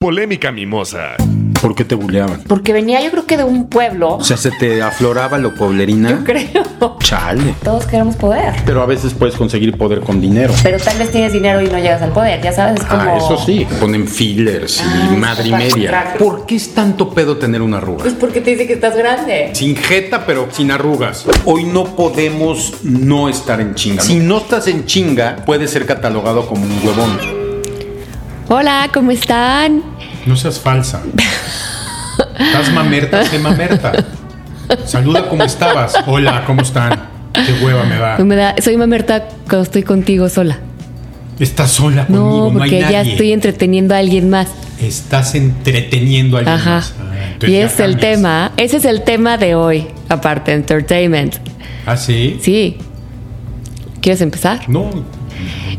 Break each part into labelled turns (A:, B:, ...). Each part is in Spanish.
A: Polémica mimosa.
B: ¿Por qué te buleaban?
C: Porque venía yo creo que de un pueblo.
B: O sea, se te afloraba lo pueblerina.
C: Yo creo.
B: Chale.
C: Todos queremos poder.
B: Pero a veces puedes conseguir poder con dinero.
C: Pero tal vez tienes dinero y no llegas al poder, ya sabes, es como...
B: Ah, eso sí. Ponen fillers y madre y
C: Ah, para
B: media.
C: comprar.
B: ¿Por qué es tanto pedo tener una arruga?
C: Pues porque te dice que estás grande.
B: Sin jeta, pero sin arrugas. Hoy no podemos no estar en chinga. Si no estás en chinga, puedes ser catalogado como un huevón.
D: Hola, ¿cómo están?
E: No seas falsa. Estás mamerta, sé mamerta. Saluda cómo estabas. Hola, ¿cómo están? Qué hueva me da.
D: Me da- soy mamerta cuando estoy contigo sola.
E: Estás sola
D: No,
E: conmigo, no, hay
D: porque ya
E: nadie.
D: estoy entreteniendo a alguien más.
E: Estás entreteniendo a alguien
D: Ajá.
E: más. Ah, entonces
D: Y
E: ya
D: es el
E: cambias.
D: tema, ese es el tema de hoy, aparte, entertainment.
E: ¿Ah, sí?
D: Sí. ¿Quieres empezar?
E: No.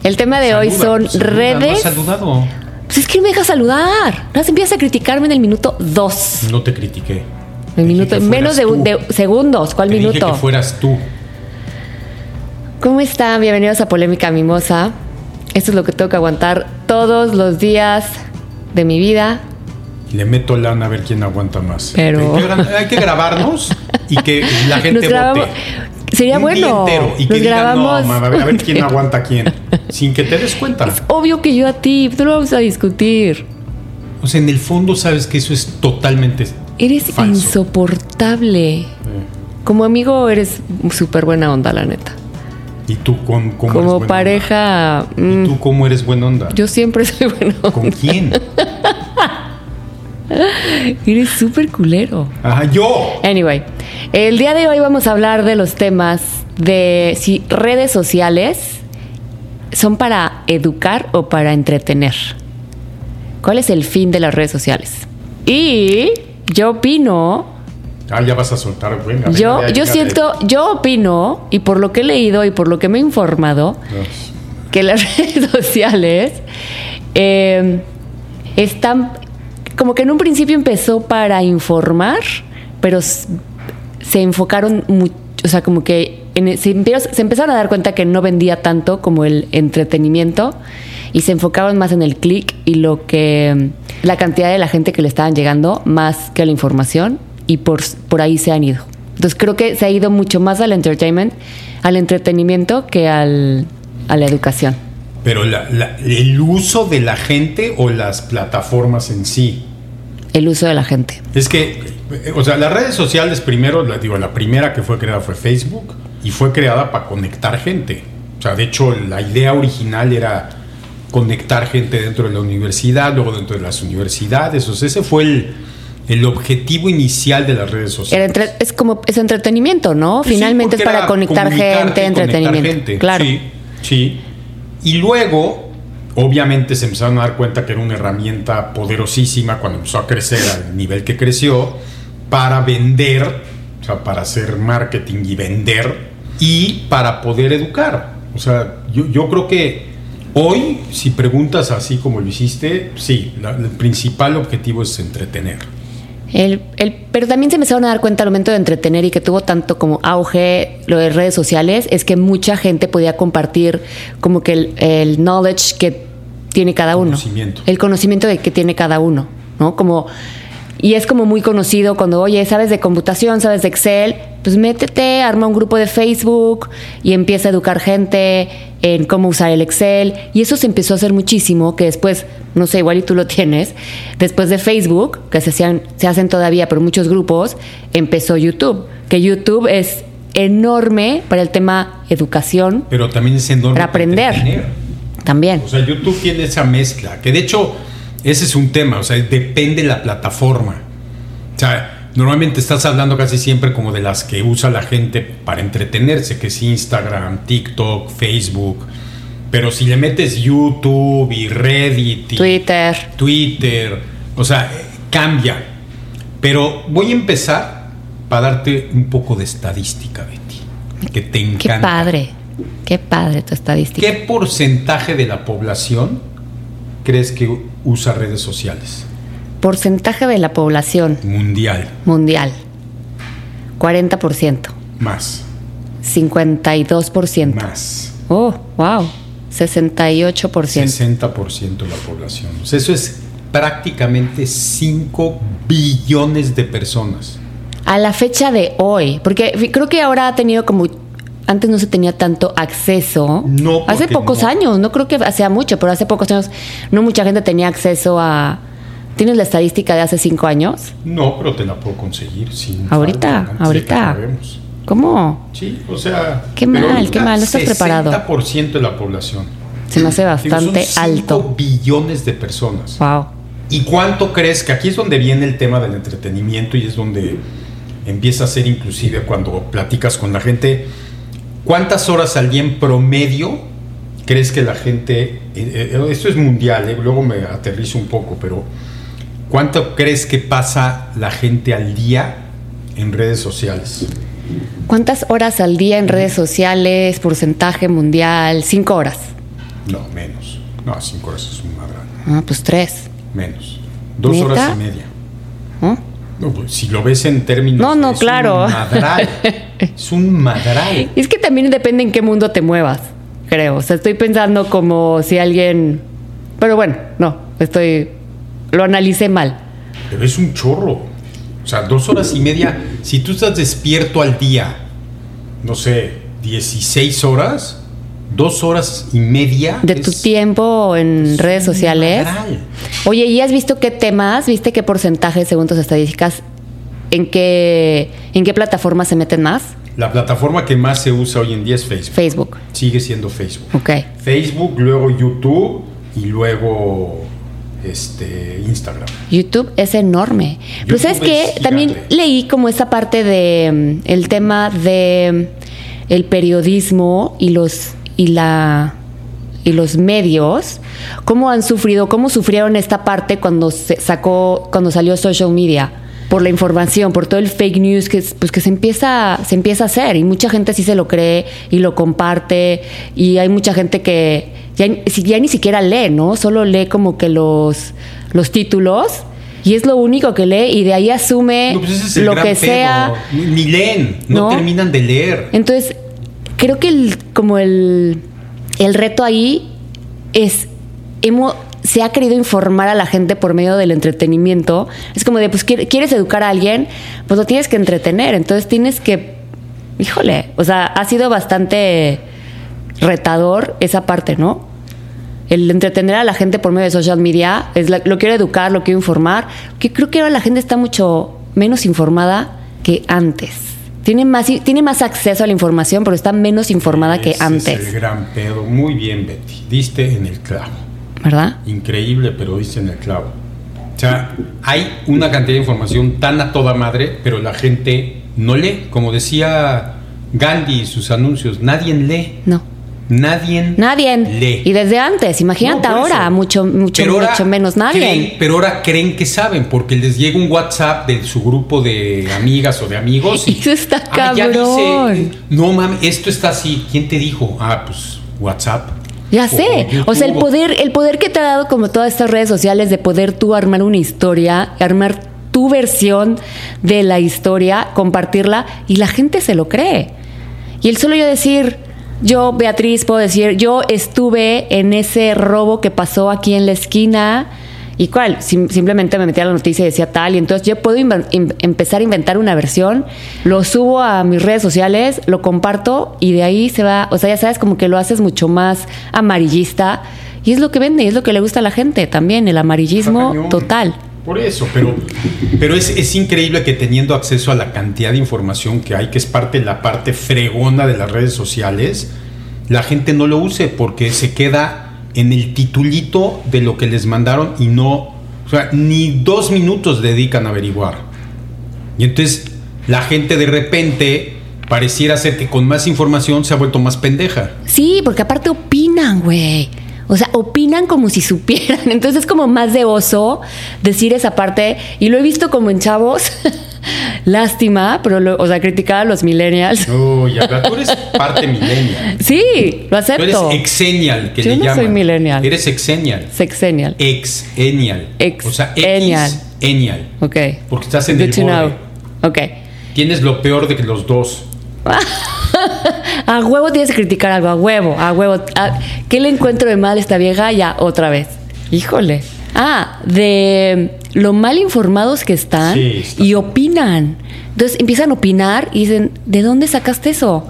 D: El tema de hoy
E: Mm. saluda,
D: son
E: saluda, No has
D: redes.
E: saludado.
D: Pues es que no me deja saludar. No empiezas a criticarme en el minuto dos.
E: No te critiqué.
D: En
E: Te dije
D: minuto,
E: que fueras
D: menos de, un-
E: tú.
D: de segundos. ¿Cuál
E: Te dije
D: minuto?
E: que fueras tú.
D: ¿Cómo están? Bienvenidos a Polémica Mimosa. Esto es lo que tengo que aguantar todos los días de mi vida.
E: Le meto lana a ver quién aguanta más.
D: Pero-
E: Hay que, gra- hay que grabarnos y que la gente
D: Nos
E: vote.
D: grabamos- Sería
E: Un
D: bueno.
E: Día entero y que
D: Nos
E: digan,
D: grabamos.
E: no, mamá, a ver, a ver quién aguanta a quién. Sin que te des cuenta.
D: Obvio que yo a ti, no lo vamos a discutir.
E: O sea, en el fondo sabes que eso es totalmente
D: Eres
E: falso.
D: insoportable. Como amigo eres súper buena onda, la neta.
E: Y tú con, cómo eres
D: Como
E: buena
D: pareja,
E: onda?
D: mm,
E: ¿Y tú cómo eres buena onda?
D: yo siempre soy buena onda.
E: ¿Con quién?
D: Eres súper culero.
E: Ajá, yo.
D: Anyway, el día de hoy vamos a hablar de los temas de si redes sociales son para educar o para entretener. ¿Cuál es el fin de las redes sociales? Y yo opino,
E: Ah, ya vas a soltar, venga. venga,
D: yo,
E: ya,
D: yo
E: ya,
D: siento, yo opino, y por lo que he leído y por lo que me he informado,
E: ya.
D: que las redes sociales eh, están como que en un principio empezó para informar, pero s- se enfocaron mucho, o sea, como que en- e, se, empe- se empezaron a dar cuenta que no vendía tanto como el entretenimiento y se enfocaban más en el clic y lo que la cantidad de la gente que le estaban llegando más que a la información y por, s- por ahí se han ido. Entonces creo que se ha ido mucho más al entertainment, al entretenimiento que al, a la educación.
E: Pero la- la- el uso de la gente o las plataformas en sí.
D: El uso de la gente.
E: Es que, eh, o sea, las redes sociales primero, la, digo, la primera que fue creada fue Facebook y fue creada para conectar gente. O sea, de hecho, la idea original era conectar gente dentro de la universidad, luego dentro de las universidades. O sea, ese fue el, el objetivo inicial de las redes
D: Era
E: sociales.
D: entre- es como es entretenimiento, ¿no?
E: Pues sí,
D: Finalmente es
E: porque
D: para
E: era
D: conectar
E: comunicarte y
D: gente,
E: conectar
D: entretenimiento.
E: gente.
D: Claro.
E: Sí, sí. Y luego, obviamente, se empezaron a dar cuenta que era una herramienta poderosísima cuando empezó a crecer al nivel que creció para vender, o sea, para hacer marketing y vender y para poder educar. O sea, yo, yo creo que hoy, si preguntas así como lo hiciste, sí, la- el principal objetivo es entretener.
D: El- el- pero también se me empezaron a dar cuenta al momento de entretener y que tuvo tanto como auge lo de redes sociales, es que mucha gente podía compartir como que el, el knowledge que tiene cada uno.
E: Conocimiento.
D: El conocimiento de que tiene cada uno, ¿no? Como, y es como muy conocido cuando, oye, sabes de computación, sabes de Excel, pues métete, arma un grupo de Facebook y empieza a educar gente en cómo usar el Excel. Y eso se empezó a hacer muchísimo, que después, no sé, igual y tú lo tienes, después de Facebook, que se, hacían, se hacen todavía, pero muchos grupos, empezó YouTube, que YouTube es enorme para el tema educación,
E: Pero también es enorme.
D: para aprender
E: entretener.
D: también.
E: O sea, YouTube tiene esa mezcla, que de hecho ese es un tema, o sea, depende la plataforma. O sea, normalmente estás hablando casi siempre como de las que usa la gente para entretenerse, que es Instagram, TikTok, Facebook. Pero si le metes YouTube y Reddit y
D: Twitter.
E: Twitter, o sea, cambia. Pero voy a empezar para darte un poco de estadística, Betty, que te
D: Qué
E: encanta.
D: padre, qué padre tu estadística.
E: ¿Qué porcentaje de la población crees que usa redes sociales?
D: Porcentaje de la población
E: Mundial,
D: mundial. 40%,
E: más,
D: 52%.
E: más.
D: Oh, wow. 68%.
E: 60% de la población. O sea, eso es prácticamente 5 billones de personas.
D: A la fecha de hoy, porque fi- creo que ahora ha tenido como... Antes no se tenía tanto acceso.
E: No, porque
D: Hace pocos
E: no.
D: años, no creo que sea mucho, pero hace pocos años no mucha gente tenía acceso a... ¿Tienes la estadística de hace cinco años?
E: No, pero te la puedo conseguir. Sin
D: Ahorita,
E: falta, antes de
D: ahorita.
E: que acabemos.
D: ¿Cómo?
E: Sí, o sea.
D: Qué
E: pero
D: mal,
E: ahorita
D: qué mal, no estás preparado.
E: 60% de la población.
D: Se me hace bastante
E: Digo, son cinco
D: alto.
E: billones de personas.
D: Wow.
E: ¿Y cuánto crees que aquí es donde viene el tema del entretenimiento y es donde empieza a ser inclusive cuando platicas con la gente? ¿Cuántas horas al día en promedio crees que la gente, eh, eh, esto es mundial, eh, luego me aterrizo un poco, pero ¿cuánto crees que pasa la gente al día en redes sociales?
D: ¿Cuántas horas al día en redes sociales? Porcentaje mundial. Cinco horas.
E: No, menos. No, cinco horas es una gran.
D: Ah, pues tres.
E: Menos. Dos
D: ¿Neta?
E: horas y media.
D: ¿no?
E: No, pues, si lo ves en términos.
D: No,
E: de-
D: no,
E: es
D: claro.
E: Un madral. es un madral.
D: Y Es que también depende en qué mundo te muevas, creo. O sea, estoy pensando como si alguien. Pero bueno, no, estoy. Lo analicé mal.
E: Pero es un chorro. O sea, dos horas y media. Si tú estás despierto al día, no sé, 16 horas, dos horas y media.
D: De tu
E: es- pues,
D: tiempo en
E: es
D: redes
E: un
D: sociales.
E: madral.
D: Oye, ¿y has visto qué temas? ¿Viste qué porcentaje según tus estadísticas? ¿En qué, en qué plataforma se meten más?
E: La plataforma que más se usa hoy en día es Facebook.
D: Facebook.
E: Sigue siendo Facebook.
D: Ok.
E: Facebook, luego YouTube y luego este, Instagram.
D: YouTube es enorme.
E: YouTube
D: Pero sabes que
E: es
D: también
E: gigante.
D: leí como esa parte de mm, el tema de mm, el periodismo y los y la y los medios cómo han sufrido, cómo sufrieron esta parte cuando se sacó cuando salió social media por la información, por todo el fake news que es- pues que se empieza se empieza a hacer y mucha gente sí se lo cree y lo comparte y hay mucha gente que ya, ni- si- ya ni siquiera lee, ¿no? Solo lee como que los los títulos y es lo único que lee y de ahí asume
E: No, pues ese es el
D: Eh, lo
E: gran
D: que
E: pedo.
D: sea.
E: Ni, ni leen, no,
D: ¿No?
E: terminan de leer.
D: Entonces, creo que el, como el, el reto ahí es, hemo- se ha querido informar a la gente por medio del entretenimiento. Es como de, pues, quiere- ¿quieres educar a alguien? Pues lo tienes que entretener. Entonces tienes que, híjole, o sea, ha sido bastante retador esa parte, ¿no? El entretener a la gente por medio de social media, es la- lo quiero educar, lo quiero informar, que creo que ahora la gente está mucho menos informada que antes. Tiene más, tiene más acceso a la información, pero está menos informada que
E: Ese Es el
D: antes,
E: gran pedo. Muy bien, Betty. Diste en el clavo.
D: ¿verdad?
E: Increíble, pero diste en el clavo. O sea, hay una cantidad de información tan a toda madre, pero la gente no lee. Como decía Gandhi y sus anuncios, nadie lee.
D: No.
E: Nadie,
D: Nadie.
E: lee.
D: Y desde antes, imagínate
E: No, por
D: ahora,
E: eso.
D: mucho, mucho,
E: Pero ahora
D: mucho menos
E: creen-
D: nadie.
E: pero ahora creen que saben, porque les llega un WhatsApp de su grupo de amigas o de amigos. "Ah,
D: Eso está
E: ya
D: cabrón.
E: dice, no mames, esto está así. ¿Quién te dijo? Ah, pues WhatsApp.
D: Ya sé. O sea, el
E: YouTube.
D: poder, el poder que te ha dado como todas estas redes sociales de poder tú armar una historia, armar tu versión de la historia, compartirla y la gente se lo cree. Y el solo yo decir, yo Beatriz puedo decir, yo estuve en ese robo que pasó aquí en la esquina. ¿Y cuál? Sim- simplemente me metía la noticia y decía tal. Y entonces yo puedo inven- in- empezar a inventar una versión, lo subo a mis redes sociales, lo comparto y de ahí se va. O sea, ya sabes, como que lo haces mucho más amarillista. Y es lo que vende, y es lo que le gusta a la gente también, el
E: Está
D: amarillismo
E: cañón.
D: total.
E: Por eso, pero, pero es, es increíble que teniendo acceso a la cantidad de información que hay, que es parte la parte fregona de las redes sociales, la gente no lo use porque se queda en el titulito de lo que les mandaron y no, o sea, ni dos minutos dedican a averiguar. Y entonces la gente de repente pareciera ser que con más información se ha vuelto más pendeja.
D: Sí, porque aparte opinan, güey. O sea, opinan como si supieran. Entonces es como más de oso decir esa parte. Y lo he visto como en chavos. Lástima, pero, lo- o sea, criticar a los millennials.
E: Uy, habla- tú eres parte millennial.
D: Sí, lo
E: Tú eres
D: acepto.
E: exenial, que
D: Yo
E: le
D: no soy
E: llaman.
D: millennial.
E: Eres exenial.
D: Sexennial.
E: Exenial.
D: Ex-
E: o sea,
D: enial.
E: exenial.
D: Ok.
E: Porque estás en
D: Good
E: el
D: to
E: borde.
D: know. Ok.
E: Tienes lo peor de que los dos.
D: A huevo tienes que criticar algo, a huevo, a huevo. A- ¿Qué le encuentro de mal a esta vieja? Ya, otra vez. Híjole. Ah, de lo mal informados que están
E: Sí, está.
D: y opinan. Entonces empiezan a opinar y dicen, ¿de dónde sacaste eso?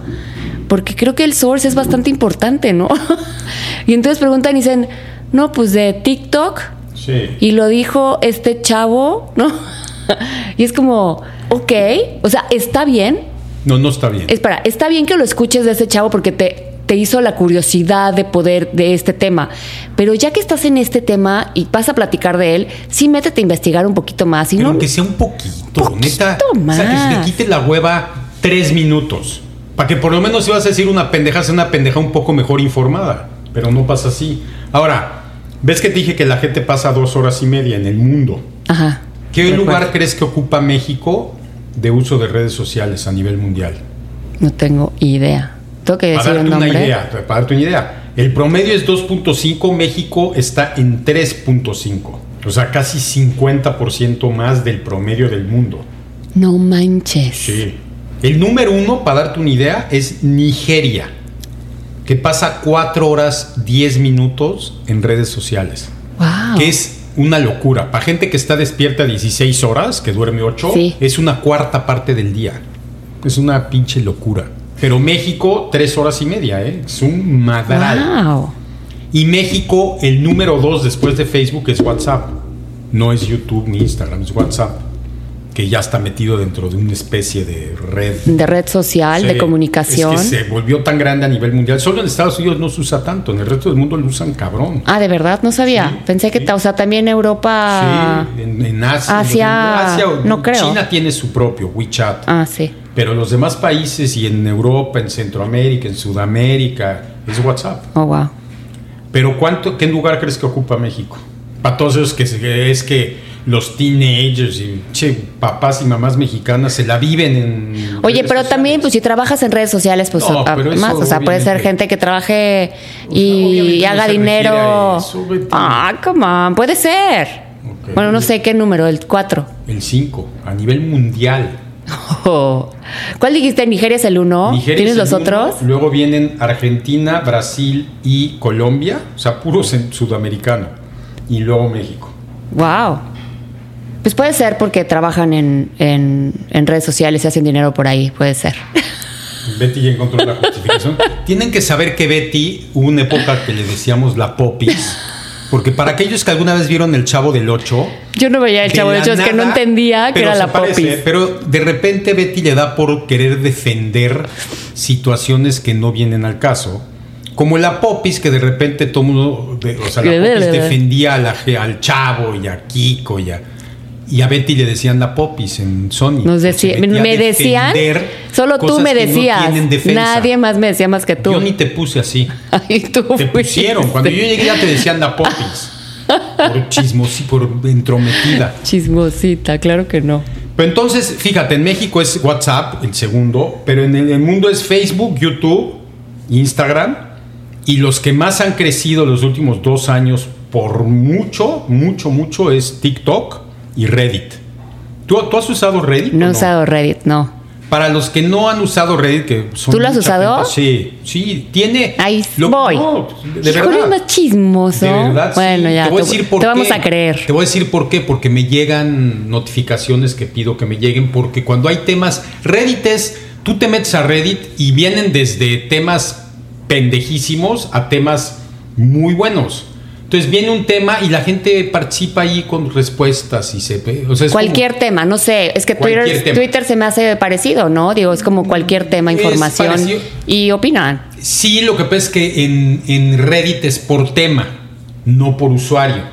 D: Porque creo que el source es bastante importante, ¿no? y entonces preguntan y dicen, no, pues de TikTok
E: Sí.
D: y lo dijo este chavo, ¿no? y es como, ok, o sea, está bien,
E: No, no está bien.
D: Espera, está bien que lo escuches de ese chavo porque te, te hizo la curiosidad de poder de este tema. Pero ya que estás en este tema y vas a platicar de él, sí métete a investigar un poquito más. Y
E: Pero
D: no,
E: que sea un poquito,
D: Poquito
E: neta. O sea, que se
D: más.
E: te quite la hueva tres minutos. Para que por lo menos si vas a decir una pendeja, sea una pendeja un poco mejor informada. Pero no pasa así. Ahora, ¿ves que te dije que la gente pasa dos horas y media en el mundo?
D: Ajá.
E: ¿Qué
D: De
E: lugar
D: acuerdo.
E: crees que ocupa México de uso de redes sociales a nivel mundial?
D: No tengo idea. Tengo que
E: Para
D: decir un
E: darte una
D: nombre.
E: idea, para darte una idea. El promedio es 2.5, México está en 3.5. O sea, casi 50% más del promedio del mundo.
D: No manches.
E: Sí. El número uno, para darte una idea, es Nigeria, que pasa 4 horas 10 minutos en redes sociales.
D: Wow.
E: Que es una locura. Para gente que está despierta 16 horas, que duerme 8,
D: Sí.
E: es una cuarta parte del día. Es una pinche locura. Pero México, 3 horas y media, ¿eh? Es un madral.
D: wow.
E: Y México, el número dos después de Facebook es WhatsApp. No es YouTube ni Instagram, es WhatsApp. Que ya está metido dentro de una especie de red.
D: De red social,
E: Sí,
D: de comunicación.
E: Es que se volvió tan grande a nivel mundial. Solo en Estados Unidos no se usa tanto, en el resto del mundo lo usan cabrón.
D: Ah, de verdad, no sabía.
E: Sí,
D: Pensé que,
E: sí.
D: ta- o sea, también Europa.
E: sí, en, en Asia.
D: Asia,
E: en o-
D: no creo.
E: China tiene su propio WeChat.
D: Ah, sí.
E: Pero los demás países y en Europa, en Centroamérica, en Sudamérica, es WhatsApp.
D: Oh, wow.
E: Pero ¿cuánto, qué lugar crees que ocupa México? Para todos esos que se- es que los teenagers y che, papás y mamás mexicanas se la viven en... redes
D: Oye, pero
E: sociales.
D: también, pues si trabajas en redes sociales, pues
E: No,
D: a-
E: pero eso
D: más, o sea, puede ser
E: obviamente-
D: gente que trabaje
E: O sea, obviamente
D: y
E: no
D: haga
E: se refiere
D: dinero.
E: a eso, vete.
D: Ah, come on, puede ser.
E: Ok.
D: Bueno, no sé qué número, el 4.
E: El 5, a nivel mundial.
D: ¿Cuál dijiste? ¿Nigeria es el 1?
E: Nigeria
D: Oh,
E: es
D: ¿Tienes
E: el
D: los
E: uno,
D: otros?
E: Luego vienen Argentina, Brasil y Colombia, o sea, puros en sudamericano. Y luego México.
D: Wow. Pues puede ser porque trabajan en, en- en redes sociales y hacen dinero por ahí, puede ser.
E: Betty ya encontró la justificación. Tienen que saber que Betty hubo una época que le decíamos la popis. Porque para aquellos que alguna vez vieron el Chavo del 8,
D: Yo no veía el chavo, de
E: la
D: hecho, es que no
E: nada,
D: entendía que
E: pero
D: era
E: se
D: la
E: parece, ¿eh?
D: popis.
E: Pero de repente Betty le da por querer defender situaciones que no vienen al caso. Como la popis, que de repente todo mundo. de- o sea, la popis defendía a la ge- al chavo y a Kiko y a. y a Betty le decían la popis en Sony.
D: Nos
E: Se
D: decía,
E: metía a
D: me decían,
E: defender
D: solo tú
E: cosas
D: me
E: que no
D: decías.
E: tienen defensa.
D: Nadie más me decía más que tú.
E: Yo ni te puse así.
D: Ay, tú
E: Te
D: fuiste.
E: pusieron. Cuando yo llegué ya te decían la popis. Por chismos y por entrometida.
D: Chismosita, claro que no.
E: Pero entonces, fíjate, en México es WhatsApp, el segundo, pero en el, el mundo es Facebook, YouTube, Instagram, y los que más han crecido los últimos dos años por mucho, mucho, mucho es TikTok y Reddit. ¿Tú, tú has usado Reddit?
D: No he
E: o
D: usado Reddit, no.
E: Para los que no han usado Reddit, que son
D: ¿Tú lo has
E: mucha
D: usado?
E: gente, sí, sí, tiene...
D: Ahí
E: lo-
D: voy.
E: no, pues, de
D: Híjole,
E: verdad.
D: es más chismoso.
E: De verdad, sí.
D: bueno, ya.
E: Te voy a decir por
D: te
E: qué.
D: vamos a creer.
E: Te voy a decir por qué, porque me llegan notificaciones que pido que me lleguen, porque cuando hay temas, Reddit es, tú te metes a Reddit y vienen desde temas pendejísimos a temas muy buenos. Entonces viene un tema y la gente participa ahí con respuestas y se... ve- o sea, es como-
D: Cualquier tema, no sé. Es que
E: Cualquier
D: Twitter,
E: tema.
D: Twitter se me hace parecido, ¿no? Digo, es como cualquier tema,
E: Es
D: información.
E: parecido.
D: Y opinan.
E: Sí, lo que pasa es que en, en Reddit es por tema, no por usuario.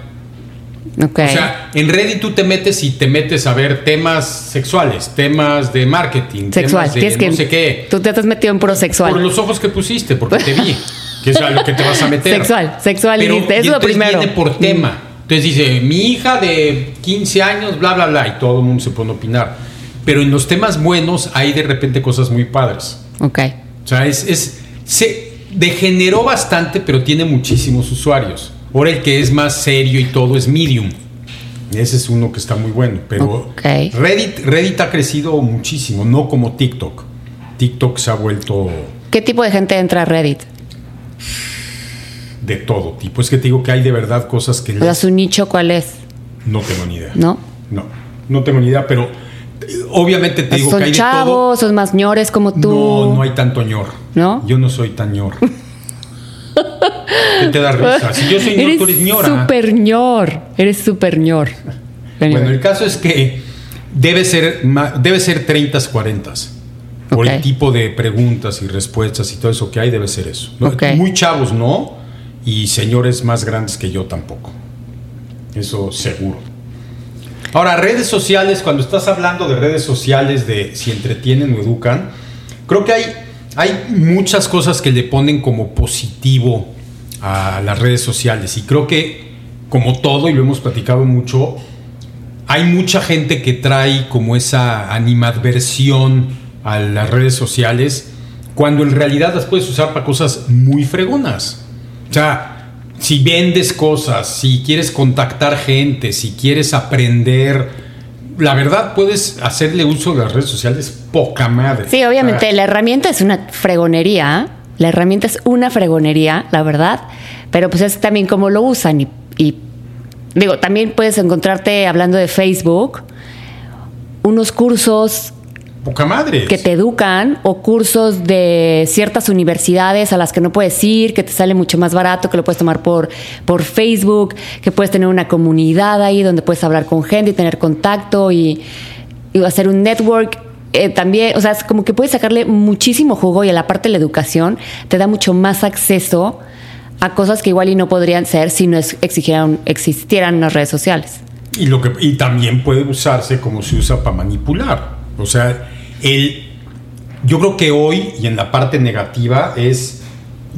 D: Ok.
E: O sea, en Reddit tú te metes y te metes a ver temas sexuales, temas de marketing,
D: sexual.
E: temas de
D: Tienes que.
E: no sé qué.
D: Tú te has metido en prosexual.
E: Por los ojos que pusiste, porque te vi, que es a lo que te vas a meter.
D: Sexual, sexual,
E: Pero-
D: dijiste, eso
E: y
D: es lo
E: entonces
D: primero. Mm.
E: Viene por tema. Entonces dice, mi hija de 15 años, bla, bla, bla, y todo el mundo se pone a opinar. Pero en los temas buenos hay de repente cosas muy padres.
D: Ok.
E: O sea, es, es- se degeneró bastante, pero tiene muchísimos usuarios. Ahora el que es más serio y todo es Medium. Ese es uno que está muy bueno, pero
D: Ok.
E: Reddit, Reddit ha crecido muchísimo, no como TikTok. TikTok se ha vuelto
D: ¿Qué tipo de gente entra a Reddit?
E: de todo tipo. Es que te digo que hay de verdad cosas que...
D: O sea,
E: les-
D: su nicho, ¿cuál es?
E: No tengo ni idea.
D: ¿No?
E: No, no tengo ni idea, pero eh, obviamente te digo que
D: Pues son
E: hay de todo.
D: chavos, son más ñores como tú.
E: No, no hay tanto ñor.
D: ¿No?
E: Yo no soy tan ñor. ¿Qué te da risa? Si yo soy ñor, tú eres ñora.
D: Super ñor. Eres super ñor.
E: Bueno, el caso es que debe ser, ma- debe ser 30, 40. Por
D: Ok.
E: el tipo de preguntas y respuestas y todo eso que hay, debe ser eso. ¿no?
D: Ok.
E: Muy chavos no, y señores más grandes que yo tampoco. Eso seguro. Ahora, redes sociales, cuando estás hablando de redes sociales, de si entretienen o educan, creo que hay, hay muchas cosas que le ponen como positivo a las redes sociales. Y creo que, como todo, y lo hemos platicado mucho, hay mucha gente que trae como esa animadversión a las redes sociales, cuando en realidad las puedes usar para cosas muy fregonas. O sea, si vendes cosas, si quieres contactar gente, si quieres aprender, la verdad puedes hacerle uso de las redes sociales poca madre.
D: Sí, obviamente,
E: O sea,
D: la herramienta es una fregonería. ¿eh? La herramienta es una fregonería, la verdad. Pero pues es también cómo lo usan. Y, y, digo, también puedes encontrarte hablando de Facebook, unos cursos
E: poca madre.
D: que te educan o cursos de ciertas universidades a las que no puedes ir, que te sale mucho más barato, que lo puedes tomar por, por Facebook, que puedes tener una comunidad ahí donde puedes hablar con gente y tener contacto y, y hacer un network. eh, también, o sea, es como que puedes sacarle muchísimo jugo y a la parte de la educación te da mucho más acceso a cosas que igual y no podrían ser si no es- exigieran- existieran las redes sociales.
E: Y, lo que, y también puede usarse como se usa para manipular. O sea, el, yo creo que hoy, y en la parte negativa, es,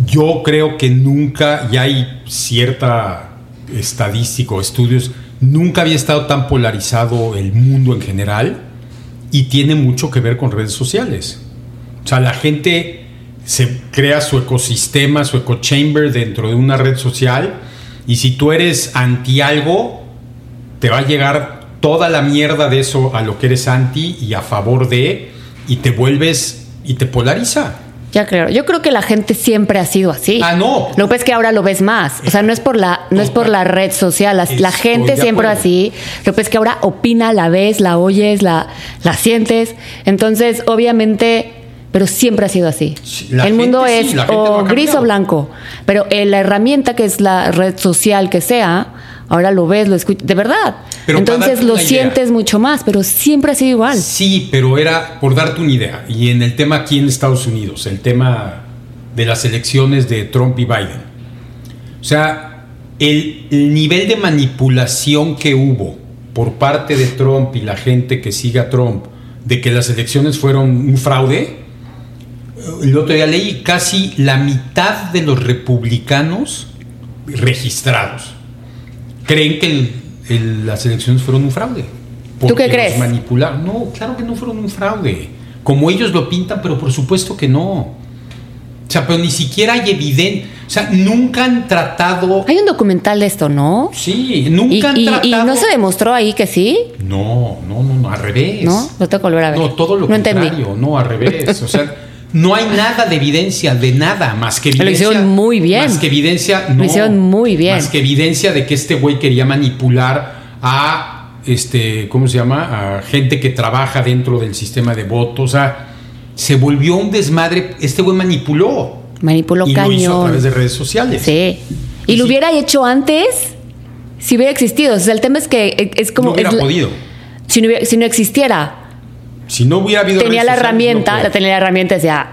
E: yo creo que nunca, y hay cierta estadística o estudios, nunca había estado tan polarizado el mundo en general y tiene mucho que ver con redes sociales. O sea, la gente se crea su ecosistema, su eco chamber dentro de una red social y si tú eres anti algo, te va a llegar toda la mierda de eso a lo que eres anti y a favor de y te vuelves y te polariza.
D: Ya creo. Yo creo que la gente siempre ha sido así.
E: Ah, no.
D: Lo que pasa es que ahora lo ves más. O sea, no es por la, no es por la red social. La, la
E: Estoy
D: gente
E: de
D: siempre
E: acuerdo.
D: así. Lo que pasa es que ahora opina, la ves, la oyes, la, la sientes. Entonces, obviamente, pero siempre ha sido así.
E: Sí, la
D: El
E: gente
D: mundo
E: sí,
D: es
E: la gente no
D: o
E: ha
D: gris o
E: cambiado.
D: blanco. Pero eh, la herramienta que es la red social que sea, ahora lo ves, lo escuchas. De verdad.
E: Pero para
D: Entonces
E: darte
D: lo
E: una idea.
D: sientes mucho más, pero siempre ha sido igual.
E: Sí, pero era por darte una idea. Y en el tema aquí en Estados Unidos, el tema de las elecciones de Trump y Biden. O sea, el, el nivel de manipulación que hubo por parte de Trump y la gente que sigue a Trump de que las elecciones fueron un fraude. El otro día leí casi la mitad de los republicanos registrados creen que el- el- las elecciones fueron un fraude.
D: ¿Tú qué
E: Porque los
D: crees?
E: manipular. No, claro que no fueron un fraude. Como ellos lo pintan, pero por supuesto que no. O sea, pero ni siquiera hay evidencia. O sea, nunca han tratado.
D: Hay un documental de esto, ¿no?
E: Sí,
D: Y,
E: nunca han
D: y-
E: tratado.
D: y no se demostró ahí que sí,
E: No, no, no, no, al revés.
D: ¿no? Lo tengo que volver a ver.
E: No, todo lo
D: no
E: contrario,
D: entendí.
E: no, al revés. O sea, no hay nada de evidencia, de nada, más que
D: Lo
E: evidencia.
D: hicieron muy bien.
E: Más que evidencia,
D: Lo
E: no.
D: hicieron muy bien.
E: Más que evidencia de que este güey quería manipular a, este, ¿cómo se llama? A gente que trabaja dentro del sistema de votos. O sea, se volvió un desmadre. Este güey manipuló.
D: Manipuló
E: y lo hizo a
D: cañón.
E: través de redes sociales.
D: Sí. Y lo
E: Sí.
D: hubiera hecho antes si hubiera existido. O sea, el tema es que eh, es como.
E: no hubiera
D: es la-
E: podido.
D: Si no, hubiera- si no existiera,
E: Si no hubiera habido
D: tenía
E: redes
D: la
E: sociales, no pues.
D: herramienta,
E: puede.
D: la tenía la herramienta, decía,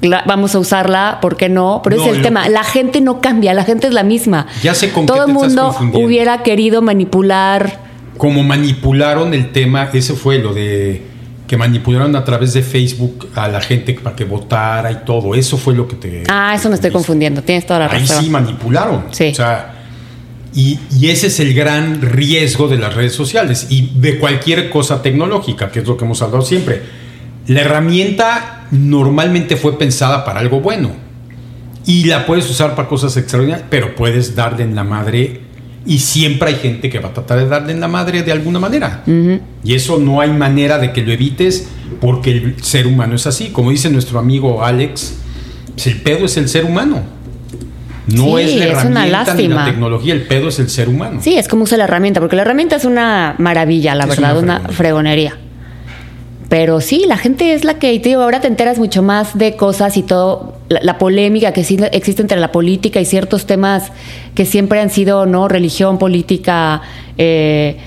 D: la- vamos a usarla, ¿por qué no? Pero
E: No,
D: ese es el
E: lo-
D: tema. La gente no cambia, la gente es la misma.
E: Ya sé con qué
D: Todo
E: te
D: el
E: estás
D: mundo
E: confundiendo.
D: hubiera querido manipular.
E: como manipularon el tema, ese fue lo de que manipularon a través de Facebook a la gente para que votara y todo. Eso fue lo que te.
D: Ah, eso me estoy confundiendo. Tienes toda la
E: Ahí
D: razón.
E: sí manipularon.
D: Sí.
E: O sea, y, y ese es el gran riesgo de las redes sociales y de cualquier cosa tecnológica, que es lo que hemos hablado siempre. La herramienta normalmente fue pensada para algo bueno y la puedes usar para cosas extraordinarias, pero puedes darle en la madre y siempre hay gente que va a tratar de darle en la madre de alguna manera. Y eso no hay manera de que lo evites porque el ser humano es así. Como dice nuestro amigo Alex, pues el pedo es el ser humano. No
D: Sí,
E: es la
D: es una
E: herramienta ni la
D: lástima.
E: tecnología, el pedo es el ser humano.
D: Sí, es como usa la herramienta, porque la herramienta es una maravilla, la
E: Es
D: verdad,
E: una
D: una, fregonería. Pero sí, la gente es la que, y te digo, ahora te enteras mucho más de cosas y todo, la, la polémica que sí existe entre la política y ciertos temas que siempre han sido, ¿no? Religión, política, eh,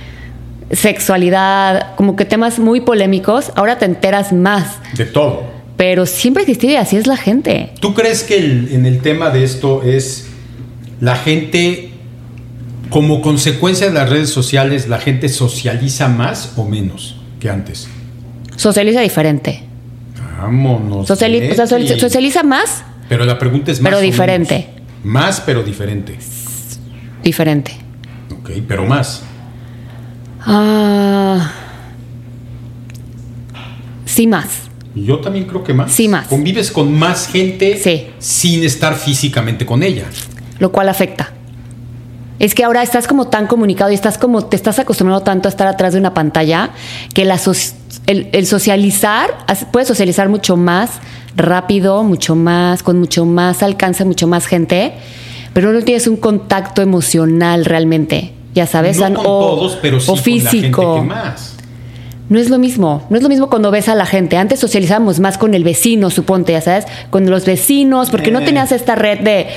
D: sexualidad, como que temas muy polémicos, ahora te enteras más.
E: De todo.
D: Pero siempre existió y así es la gente.
E: ¿Tú crees que el- en el tema de esto es la gente, como consecuencia de las redes sociales, la gente socializa más o menos que antes?
D: Socializa diferente.
E: Vámonos.
D: Sociali-
E: Leti.
D: o sea, so- socializa más,
E: Pero la pregunta es más.
D: Pero
E: o menos.
D: diferente.
E: Más, pero diferente.
D: diferente.
E: Ok, pero más.
D: Ah. Sí, más.
E: Yo también creo que más.
D: Sí, más.
E: Convives con más gente
D: Sí.
E: sin estar físicamente con ella.
D: Lo cual afecta. Es que ahora estás como tan comunicado y estás como te estás acostumbrado tanto a estar atrás de una pantalla que la soci- el, el socializar, as- puedes socializar mucho más rápido, mucho más, con mucho más alcance, mucho más gente, pero no tienes un contacto emocional realmente, ya sabes,
E: no
D: an-
E: con
D: o,
E: todos, pero sí
D: o físico.
E: con la gente que más.
D: No es lo mismo, no es lo mismo cuando ves a la gente. Antes socializábamos más con el vecino, suponte, ya sabes, con los vecinos, porque no
E: Eh.
D: tenías esta red de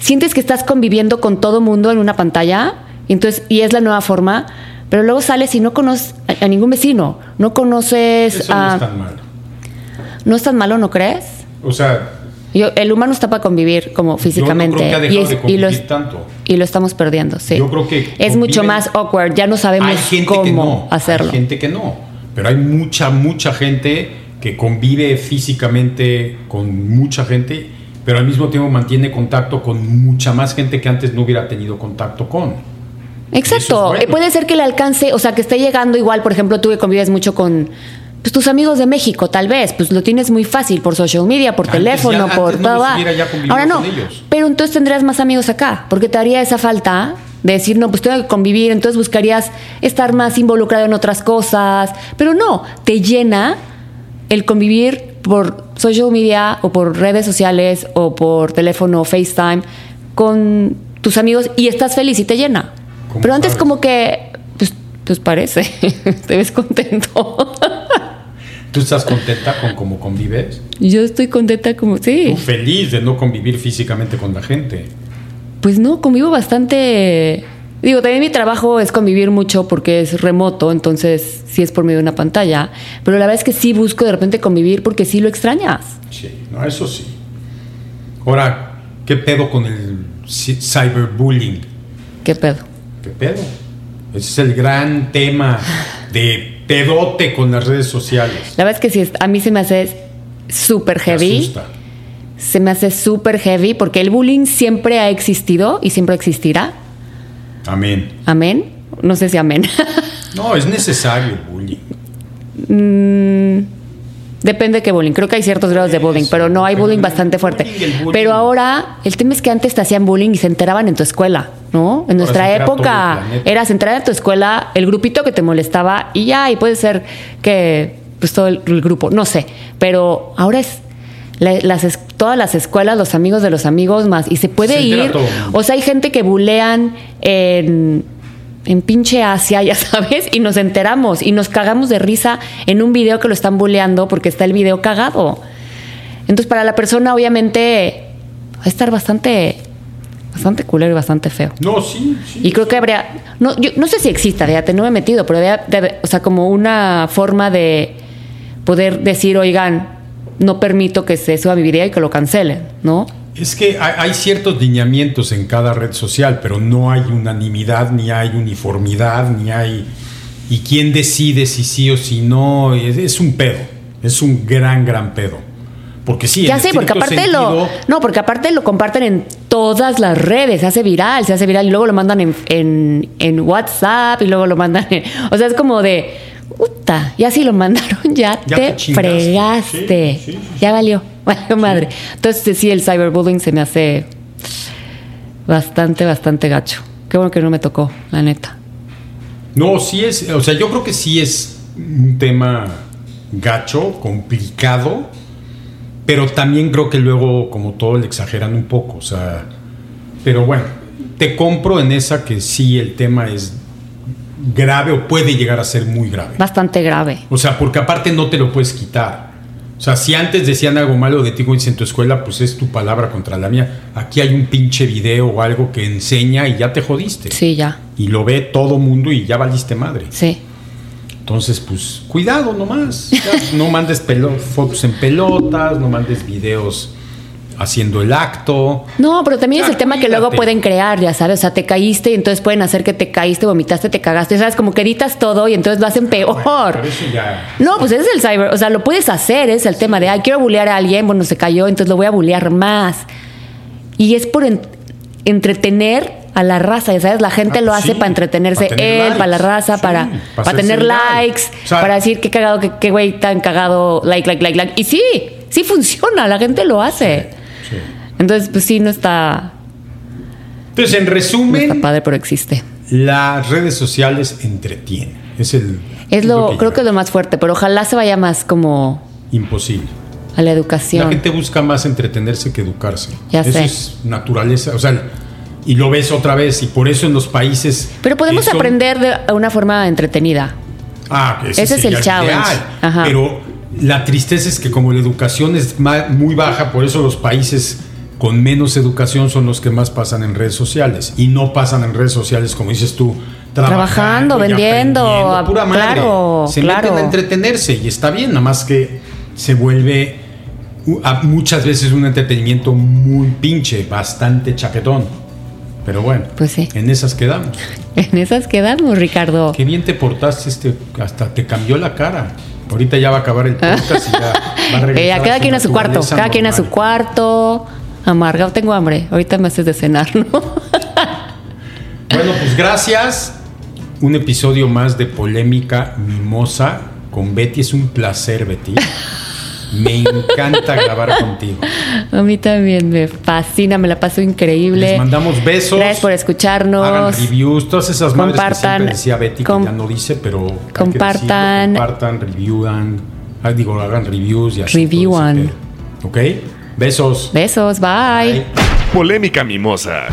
D: sientes que estás conviviendo con todo mundo en una pantalla, y entonces y es la nueva forma, pero luego sales y no conoces a, a ningún vecino, no conoces
E: Eso no
D: a
E: es tan malo.
D: no es tan malo, ¿no crees?
E: O sea,
D: Yo, el humano está para convivir como físicamente
E: yo no creo que ha
D: y,
E: dejado
D: es-
E: de
D: y
E: convivir
D: lo,
E: tanto.
D: y lo estamos perdiendo, sí.
E: Yo creo que
D: es mucho
E: conviven-
D: más awkward, ya no sabemos
E: hay gente
D: cómo
E: que no,
D: hacerlo.
E: Hay gente que no, pero hay mucha, mucha gente que convive físicamente con mucha gente, pero al mismo tiempo mantiene contacto con mucha más gente que antes no hubiera tenido contacto con. Eso es
D: Exacto.
E: bueno.
D: Eh, Puede ser que le alcance, o sea, que esté llegando igual, por ejemplo, tú que convives mucho con pues, tus amigos de México, tal vez, pues lo tienes muy fácil por social media, por
E: Antes ya-
D: teléfono,
E: antes
D: por
E: no
D: todo.
E: los
D: va.
E: hubiera ya convivido
D: Ahora no.
E: con ellos.
D: Pero entonces tendrías más amigos acá, porque te haría esa falta de decir, no, pues tengo que convivir, entonces buscarías estar más involucrado en otras cosas, pero no, te llena el convivir por social media o por redes sociales o por teléfono, FaceTime, con tus amigos y estás feliz y te llena.
E: ¿Cómo
D: Pero antes
E: sabes?
D: como que, pues, pues parece, te ves contento.
E: ¿Tú estás contenta con cómo convives?
D: Yo estoy contenta como, sí.
E: Tú feliz de no convivir físicamente con la gente.
D: Pues no, convivo bastante. Digo, también mi trabajo es convivir mucho porque es remoto, entonces sí es por medio de una pantalla. Pero la verdad es que sí busco de repente convivir porque sí lo extrañas.
E: Sí, no, eso sí. Ahora, ¿qué pedo con el ci- cyberbullying?
D: ¿Qué pedo?
E: ¿Qué pedo? Ese es el gran tema de pedote con las redes sociales.
D: La verdad es que sí, es- a mí se me hace súper
E: Te
D: heavy.
E: asusta.
D: Se me hace súper heavy porque el bullying siempre ha existido y siempre existirá.
E: Amén.
D: Amén. No sé si amén.
E: No, es necesario el bullying.
D: Depende de qué bullying. Creo que hay ciertos grados de bullying,
E: Eso,
D: pero no hay
E: pero
D: bullying
E: el
D: bastante fuerte.
E: bullying, el bullying.
D: Pero ahora, el tema es que antes te hacían bullying y se enteraban en tu escuela, ¿no? En
E: se
D: nuestra
E: entera todo
D: época
E: el planeta.
D: eras entrar a tu escuela, el grupito que te molestaba y ya, y puede ser que pues todo el, el grupo, no sé. Pero ahora es la- las es- todas las escuelas, los amigos de los amigos más, y se puede
E: Se entera
D: ir.
E: todo.
D: O sea, hay gente que bulean en, en pinche Asia, ya sabes, y nos enteramos y nos cagamos de risa en un video que lo están buleando porque está el video cagado. Entonces, para la persona, obviamente, va a estar bastante, bastante culero y bastante feo.
E: No, sí, sí.
D: Y creo que habría, no, yo, no sé si exista, fíjate, no me he metido, pero había, debe- o sea, como una forma de poder decir, oigan, no permito que se suba mi video y que lo cancelen, ¿no?
E: Es que hay, hay ciertos lineamientos en cada red social, pero no hay unanimidad, ni hay uniformidad, ni hay... ¿Y quién decide si sí o si no? Es, es un pedo. Es un gran, gran pedo. Porque sí,
D: Ya
E: en
D: sé, porque
E: estricto
D: aparte
E: sentido,
D: lo. No, porque aparte lo comparten en todas las redes. Se hace viral, se hace viral y luego lo mandan en, en, en WhatsApp y luego lo mandan en. O sea, es como de. Puta, ya si lo mandaron, ya,
E: Ya
D: te,
E: te chingaste.
D: fregaste.
E: Sí, sí, sí, sí.
D: Ya valió. Valió madre. Entonces, sí, el cyberbullying se me hace bastante, bastante gacho. Qué bueno que no me tocó, la neta.
E: No, sí es, o sea, yo creo que sí es un tema gacho, complicado, pero también creo que luego, como todo, le exageran un poco, o sea, Pero bueno, te compro en esa que sí el tema es grave o puede llegar a ser muy grave.
D: Bastante grave.
E: O sea, porque aparte no te lo puedes quitar. O sea, si antes decían algo malo de ti como dices, en tu escuela, pues es tu palabra contra la mía. Aquí hay un pinche video o algo que enseña y ya te jodiste.
D: Sí, ya.
E: Y lo ve todo mundo y ya valiste madre.
D: Sí.
E: Entonces, pues, cuidado nomás. Ya, No mandes pelo- fotos en pelotas, no mandes videos haciendo el acto.
D: No, pero también
E: Ya,
D: es el tema que luego
E: Ah, cuídate.
D: pueden crear, ya sabes, o sea, te caíste y entonces pueden hacer que te caíste, vomitaste, te cagaste, sabes, como que editas todo y entonces lo hacen peor.
E: Pero Ah, eso ya.
D: No, pues ese es el cyber, o sea, lo puedes hacer, es el tema de, ay, quiero bullear a alguien, bueno, se cayó, entonces lo voy a bullear más. Y es por en- entretener a la raza, ya sabes, la gente
E: Ah,
D: lo hace
E: sí,
D: para entretenerse
E: para tener
D: él,
E: likes,
D: para la raza,
E: sí,
D: para,
E: para
D: para
E: hacerse
D: tener
E: viral.
D: likes,
E: O sea-
D: para decir qué cagado, qué qué güey tan cagado, like, like, like, like. Y sí, sí funciona, la gente lo hace.
E: sí.
D: Entonces, pues sí, no está,
E: Entonces, en
D: no está
E: resumen,
D: padre, pero existe.
E: las redes sociales entretienen. Es el.
D: Es lo, creo que es
E: yo-
D: lo más fuerte, pero ojalá se vaya más como
E: Imposible.
D: a la educación.
E: La gente busca más entretenerse que educarse.
D: Ya
E: eso
D: sé.
E: es naturaleza. O sea, y lo ves otra vez. Y por eso en los países.
D: Pero podemos
E: que son-
D: aprender de una forma entretenida.
E: Ah, que ese,
D: Ese es
E: sería
D: el challenge.
E: ideal.
D: Ajá.
E: Pero la tristeza es que como la educación es ma- muy baja, por eso los países con menos educación son los que más pasan en redes sociales. Y no pasan en redes sociales, como dices tú,
D: Trabajando,
E: y
D: vendiendo, ah,
E: aprendiendo. Pura madre.
D: claro,
E: Se
D: claro.
E: meten a entretenerse y está bien, nada más que se vuelve u- a- muchas veces un entretenimiento muy pinche, bastante chaquetón. Pero bueno,
D: Pues sí.
E: en esas quedamos.
D: En esas quedamos, Ricardo.
E: Qué bien te portaste, este, hasta te cambió la cara. Ahorita ya va a acabar el podcast y ya va a regresar.
D: Eh, ya,
E: a
D: cada
E: su
D: quien a su cuarto,
E: naturaleza
D: cada quien a su
E: normal.
D: cuarto. Amargado, tengo hambre. Ahorita me haces de cenar, ¿no?
E: Bueno, pues gracias. Un episodio más de Polémica Mimosa con Betty. Es un placer, Betty. Me encanta grabar contigo.
D: A mí también me fascina, me la paso increíble.
E: Les mandamos besos.
D: Gracias por escucharnos.
E: Hagan reviews, todas esas madres que
D: Compartan.
E: siempre decía Betty que
D: Com-
E: ya no dice, pero hay que
D: Compartan.
E: decirlo, compartan, reviewan, ah, digo, hagan reviews y así.
D: Reviewan.
E: todo ese pedo. ¿Ok? Besos.
D: Besos, bye.
E: Bye.
A: Polémica Mimosa.